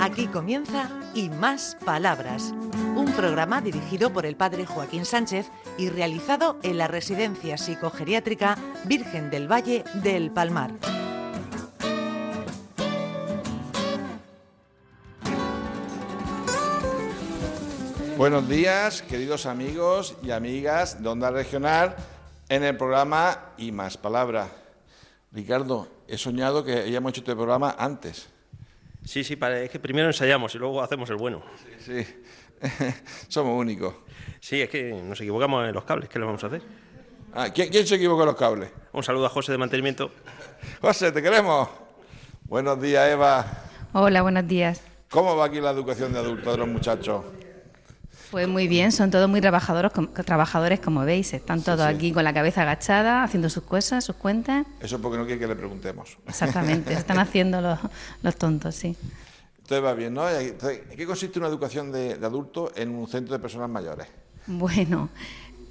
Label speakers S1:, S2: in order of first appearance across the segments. S1: Aquí comienza Y Más Palabras, un programa dirigido por el padre Joaquín Sánchez y realizado en la Residencia Psicogeriátrica Virgen del Valle del Palmar.
S2: Buenos días, queridos amigos y amigas de Onda Regional, en el programa Y Más Palabras. Ricardo, he soñado que hayamos hecho este programa antes.
S3: Sí, sí, para- es que primero ensayamos y luego hacemos el bueno.
S2: Sí, somos únicos.
S3: Sí, es que nos equivocamos en los cables, ¿qué le vamos a hacer?
S2: Ah, ¿quién, quién se equivocó en los cables?
S3: Un saludo a José de mantenimiento.
S2: José, te queremos. Buenos días, Eva.
S4: Hola, buenos días.
S2: ¿Cómo va aquí la educación de adultos de los muchachos?
S4: Pues muy bien, son todos muy trabajadores, com- trabajadores como veis, están todos
S2: sí.
S4: aquí con la cabeza agachada, haciendo sus cosas, sus cuentas.
S2: Eso porque no quiere que le preguntemos.
S4: Exactamente, se están haciendo los, los tontos, sí.
S2: Entonces va bien, ¿no? Entonces, ¿En qué consiste una educación de, de adultos en un centro de personas mayores?
S4: Bueno,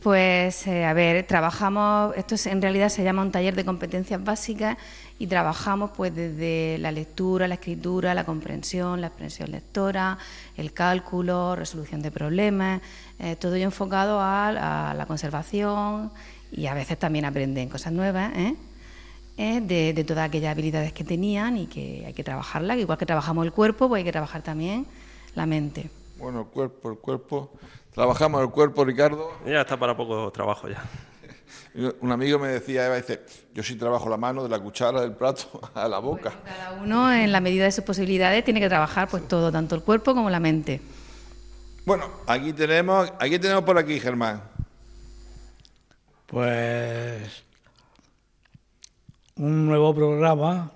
S4: pues eh, a ver, trabajamos, esto es- en realidad se llama un taller de competencias básicas y trabajamos pues desde la lectura, la escritura, la comprensión, la expresión lectora, el cálculo, resolución de problemas, eh, todo ello enfocado a, a la conservación y a veces también aprenden cosas nuevas, ¿eh? Eh, de, de todas aquellas habilidades que tenían y que hay que trabajarlas, igual que trabajamos el cuerpo, pues hay que trabajar también la mente.
S2: Bueno, el cuerpo, el cuerpo. Trabajamos el cuerpo, Ricardo.
S3: Ya está para poco trabajo ya.
S2: Un amigo me decía, Eva, dice, yo sí trabajo la mano de la cuchara, del plato, a la boca.
S4: Cada uno, en la medida de sus posibilidades, tiene que trabajar pues todo, tanto el cuerpo como la mente.
S2: Bueno, aquí tenemos, aquí tenemos por aquí, Germán.
S5: Pues un nuevo programa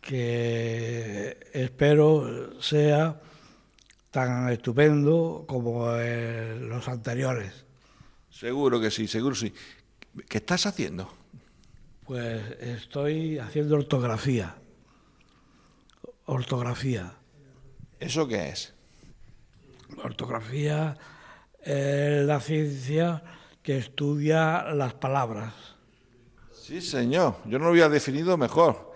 S5: que espero sea tan estupendo como eh, los anteriores.
S2: Seguro que sí, seguro sí. ¿Qué estás haciendo?
S5: Pues estoy haciendo ortografía. Ortografía.
S2: ¿Eso qué es?
S5: La ortografía es la ciencia que estudia las palabras.
S2: Sí, señor. Yo no lo había definido mejor.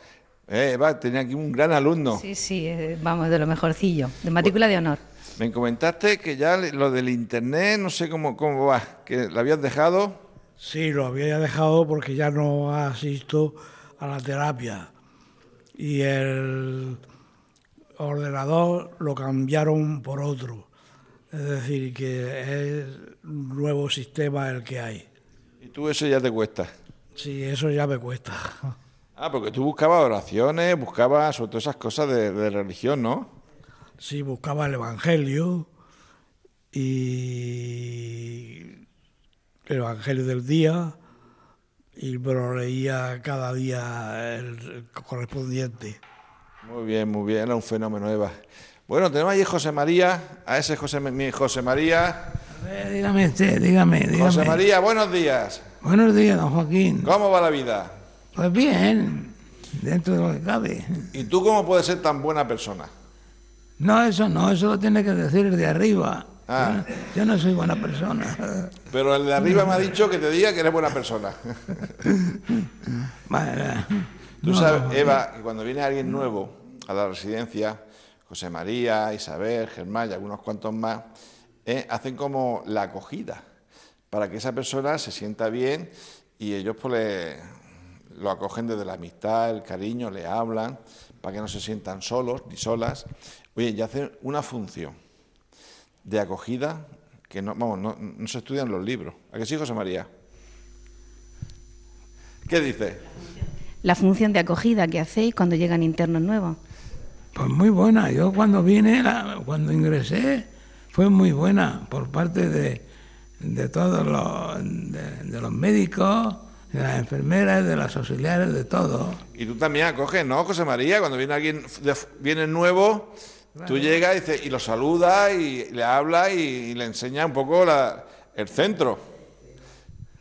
S2: Eh, Eva, tenía aquí un gran alumno.
S4: Sí, sí, eh, vamos, de lo mejorcillo, de matrícula de honor.
S2: Me comentaste que ya le- lo del internet, no sé cómo, cómo va, que lo habías dejado.
S5: Sí, lo había dejado porque ya no asisto a la terapia. Y el ordenador lo cambiaron por otro. Es decir, que es un nuevo sistema el que hay.
S2: Y tú eso ya te cuesta.
S5: Sí, eso ya me cuesta.
S2: Ah, porque tú buscabas oraciones, buscabas sobre todo esas cosas de, de religión, ¿no?
S5: Sí, buscaba el Evangelio y el Evangelio del día, y me lo leía cada día el correspondiente.
S2: Muy bien, muy bien, era un fenómeno, Eva. Bueno, tenemos ahí a José María, a ese José, mi José María.
S6: Eh, Dígame usted, dígame, dígame.
S2: José María, buenos días.
S6: Buenos días, don Joaquín.
S2: ¿Cómo va la vida?
S6: Pues bien, dentro de lo que cabe.
S2: ¿Y tú cómo puedes ser tan buena persona?
S6: No, eso no, eso lo tiene que decir el de arriba.
S2: Ah.
S6: Yo, no, yo no soy buena persona.
S2: Pero el de arriba me ha dicho que te diga que eres buena persona.
S6: Vale.
S2: Tú sabes, eh. Eva, que cuando viene alguien nuevo a la residencia, José María, Isabel, Germán y algunos cuantos más, eh, hacen como la acogida para que esa persona se sienta bien y ellos pues le- lo acogen desde la amistad, el cariño, le hablan para que no se sientan solos ni solas. Oye, y hacen una función de acogida que no, vamos, no, no se estudian los libros. ¿A qué sí, José María? ¿Qué dices?
S4: La función de acogida que hacéis cuando llegan internos nuevos.
S6: Pues muy buena. Yo cuando vine, la- cuando ingresé, fue muy buena por parte de, de todos los, de, de los médicos, de las enfermeras, de las auxiliares, de todo.
S2: Y tú también acoges, ¿no, José María? Cuando viene alguien de f- viene nuevo, tú llegas y, dices- y lo saludas y le hablas y, y le enseñas un poco la- el centro.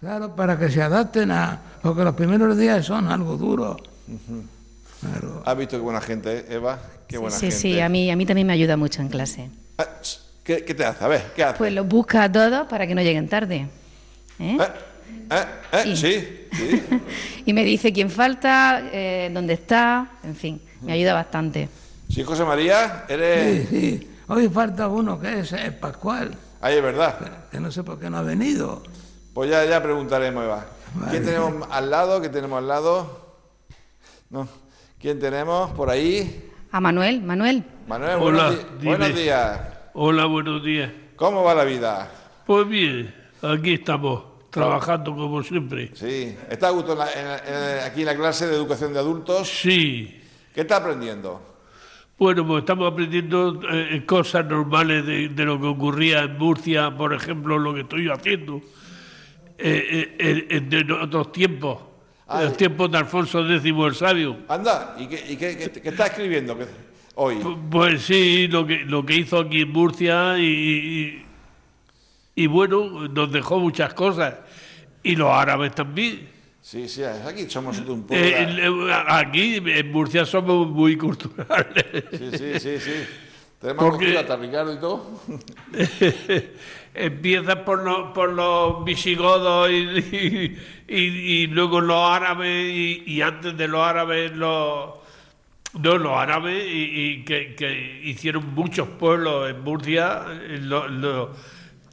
S6: Claro, para que se adapten a. Porque los primeros días son algo duro. Claro.
S2: ¿Has visto qué buena gente, eh, Eva? Qué buena
S4: sí,
S2: gente.
S4: sí, a mí, a mí también me ayuda mucho en clase.
S2: Ah, ch, ¿Qué, qué te hace? A ver, ¿qué hace?
S4: Pues los busca a todos para que no lleguen tarde. ¿eh?
S2: Eh, eh, eh,
S4: Y-
S2: sí, sí.
S4: y me dice quién falta, eh, dónde está, en fin, me ayuda bastante.
S2: Sí, José María,
S6: Sí,
S2: eres...
S6: sí. Hoy falta uno que es eh, Pascual,
S2: Ahí es verdad.
S6: que no sé por qué no ha venido.
S2: Pues ya, ya preguntaremos, Eva. ¿Quién
S6: Vale.
S2: tenemos al lado? ¿Qué tenemos al lado? No. ¿Quién tenemos por ahí?
S4: A Manuel, Manuel.
S2: Manuel,
S7: Hola,
S2: buenos, di-
S7: dime.
S2: buenos días.
S7: Hola, buenos días.
S2: ¿Cómo va la vida?
S7: Pues bien, aquí estamos, trabajando como siempre.
S2: Sí. ¿Está a gusto en la- en- en- aquí en la clase de educación de adultos?
S7: Sí,
S2: ¿Qué está aprendiendo?
S7: bueno, pues estamos aprendiendo eh, cosas normales de, de lo que ocurría en Murcia, por ejemplo, lo que estoy haciendo eh, eh, en, en otros tiempos,
S2: Ah,
S7: en los
S2: sí.
S7: tiempos de Alfonso X el Sabio.
S2: Anda, ¿y qué, y qué- qué- qué está escribiendo que- hoy?
S7: Pu- Pues sí, lo que, lo que hizo aquí en Murcia y, y- y bueno, nos dejó muchas cosas. Y los árabes también.
S2: Sí, sí, aquí somos un poco...
S7: Eh, el- eh, aquí en Murcia somos muy culturales.
S2: Sí, sí, sí, sí. Tenemos
S7: Porque-
S2: cogido hasta Ricardo y todo.
S7: Empiezas por los, por los visigodos y, y- y- y luego los árabes y, y antes de los árabes los... No, los árabes y, y que, que hicieron muchos pueblos en Murcia eh, lo- lo-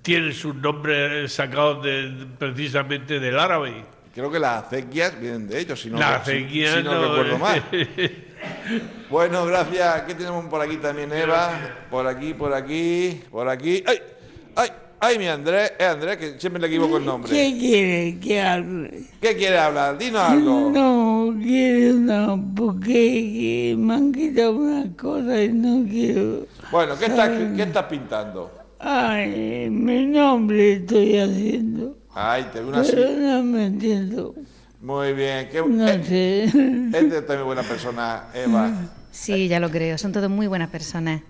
S7: tienen sus nombres sacados de- precisamente del árabe.
S2: Creo que las acequias vienen de ellos, si no,
S7: La eh,
S2: si-
S7: acequia
S2: si no
S7: no-
S2: recuerdo mal. Bueno, gracias. ¿Qué tenemos por aquí también, Eva? Por aquí, por aquí, por aquí. ¡Ay! ¡Ay! ¡Ay, mi Andrés! Eh, Andrés, que siempre le equivoco el nombre.
S8: ¿Qué quiere que hable?
S2: ¿Qué quiere hablar? Dinos algo.
S8: No, quiero no, porque me han quitado una cosa y no quiero.
S2: Bueno, ¿qué estás, ¿qué estás pintando?
S8: Ay, mi nombre estoy haciendo,
S2: Ay, te veo una
S8: pero
S2: así.
S8: no me entiendo.
S2: Muy bien. Qué,
S8: No
S2: eh,
S8: sé.
S2: este es también buena persona, Eva.
S4: Sí, ya lo creo. Son todos muy buenas personas.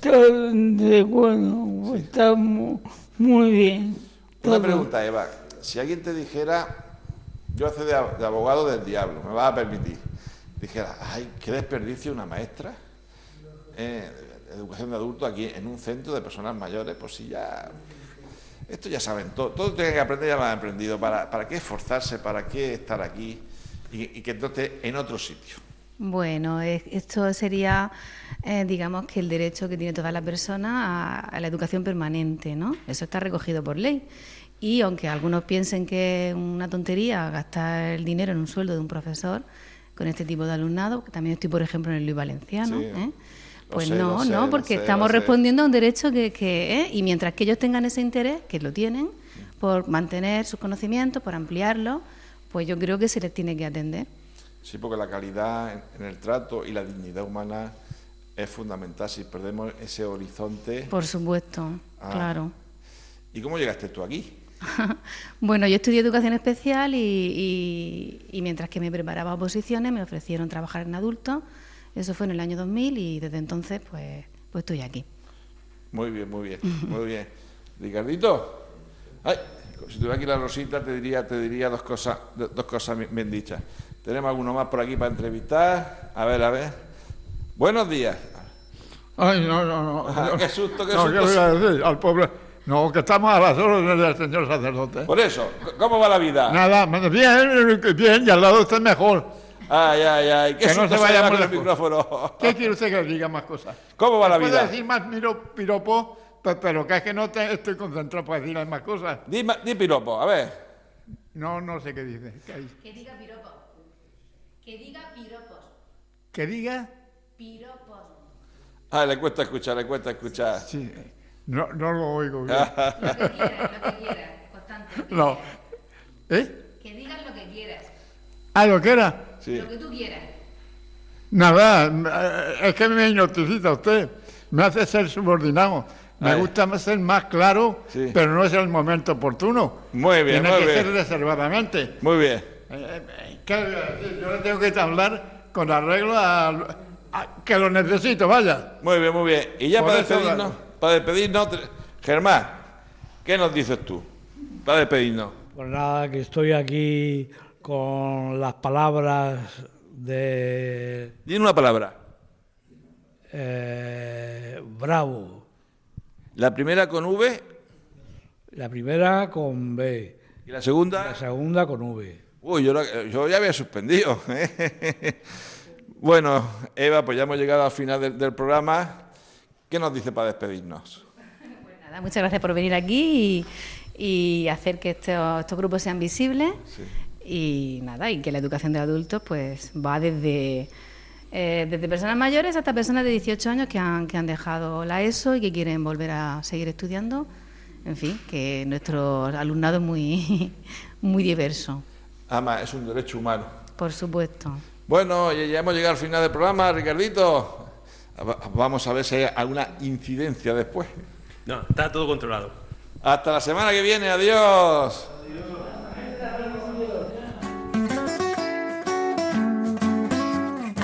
S8: Todo de bueno, está mu- muy bien.
S2: Una
S8: Todo.
S2: pregunta, Eva. Si alguien te dijera, yo hace de ab- de abogado del diablo, me vas a permitir, dijera, ay, qué desperdicio una maestra eh, de educación de adultos aquí en un centro de personas mayores, pues si ya... Esto ya saben, todo, todo tiene que aprender, ya lo han aprendido. ¿Para, para qué esforzarse? ¿Para qué estar aquí? Y, y que entonces en otro sitio.
S4: Bueno, es- esto sería, eh, digamos, que el derecho que tiene toda la persona a, a la educación permanente, ¿no? Eso está recogido por ley. Y aunque algunos piensen que es una tontería gastar el dinero en un sueldo de un profesor con este tipo de alumnado, que también estoy, por ejemplo, en el Luis Valenciano,
S2: Sí.
S4: ¿eh?
S2: Lo
S4: Pues
S2: sé,
S4: no,
S2: lo sé,
S4: no,
S2: lo
S4: porque
S2: sé, lo
S4: estamos
S2: sé.
S4: respondiendo a un derecho que, que ¿eh? y mientras que ellos tengan ese interés, que lo tienen, por mantener sus conocimientos, por ampliarlos, pues yo creo que se les tiene que atender.
S2: Sí, porque la calidad en- en el trato y la dignidad humana es fundamental. Si perdemos ese horizonte...
S4: Por supuesto,
S2: Ah.
S4: claro.
S2: ¿Y cómo llegaste tú aquí?
S4: bueno, yo estudié educación especial y, y- y mientras que me preparaba a oposiciones me ofrecieron trabajar en adultos. Eso fue en el año 2000 y desde entonces pues, pues estoy aquí.
S2: Muy bien, muy bien, muy bien. Ricardito, ay, si tuviera aquí la Rosita te diría, te diría dos cosas, do- dos cosas bien- bien dichas. Tenemos alguno más por aquí para entrevistar. A ver, a ver. Buenos días.
S9: Ay, no, no, no.
S2: Ajá,
S9: Yo-
S2: qué susto, qué
S9: no,
S2: susto.
S9: voy a decir al pobre? No, que estamos a las órdenes del señor sacerdote.
S2: Por eso, c- ¿cómo va la vida?
S9: Nada, menos bien, bien, y al lado usted mejor.
S2: Ay, ay, ay, que
S9: Que no
S2: no
S9: se
S2: se
S9: vaya
S2: vaya
S9: muy
S2: con el
S9: lejos.
S2: micrófono.
S9: ¿Qué quiere usted que le diga más cosas?
S2: ¿Cómo va la vida?
S9: Puedo decir más miro- piropo, pe- pero que es que no te- estoy concentrado para decir las más cosas.
S2: Di, ma- di piropo, a ver.
S9: No, no sé qué dice. ¿Qué hay?
S4: Que diga piropos. Que diga piropos.
S9: ¿Que diga?
S4: Piropos.
S2: Ay, le cuesta escuchar, le cuesta escuchar.
S9: Sí, no, no lo oigo bien.
S4: Lo que quieras, lo que quieras. Constante.
S9: No. ¿Eh?
S4: Que digas lo que quieras.
S9: ¿Ah, lo que era?
S2: Sí.
S4: que tú quieras.
S9: Nada, m- eh, es que me hipnotiza usted, me hace ser subordinado. Me
S2: Ahí.
S9: gusta más ser más claro,
S2: Sí.
S9: pero no es el momento oportuno.
S2: Muy bien,
S9: Tiene
S2: muy
S9: que
S2: bien.
S9: ser reservadamente. Eh,
S2: Muy bien.
S9: eh, eh, ¿qué le voy a decir? Yo le tengo que hablar con arreglo a, a- que lo necesito, vaya.
S2: Muy bien, muy bien. Y ya
S9: Por
S2: para
S9: eso
S2: despedirnos,
S9: la-
S2: para despedirnos, te- Germán, ¿qué nos dices tú? Para despedirnos.
S5: Pues nada, que estoy aquí con las palabras de
S2: Dime una palabra.
S5: eh, Bravo.
S2: La primera con V
S5: La primera con B,
S2: y la
S5: la
S2: segunda.
S5: segunda con V.
S2: Uy, yo, la- yo ya había suspendido. ¿eh? Bueno, Eva, pues ya hemos llegado al final del, del programa. ¿Qué nos dice para despedirnos?
S4: Pues nada, muchas gracias por venir aquí y, y hacer que estos, estos grupos sean visibles.
S2: Sí.
S4: Y nada, y que la educación de adultos pues va desde, eh, desde personas mayores hasta personas de 18 años que han, que han dejado la ESO y que quieren volver a seguir estudiando. En fin, que nuestro alumnado es muy, muy diverso,
S2: Ama, es un derecho humano.
S4: por supuesto.
S2: Bueno, ya ya hemos llegado al final del programa, Ricardito. Va- Vamos a ver si hay alguna incidencia después.
S3: No, está todo controlado.
S2: Hasta la semana que viene, adiós.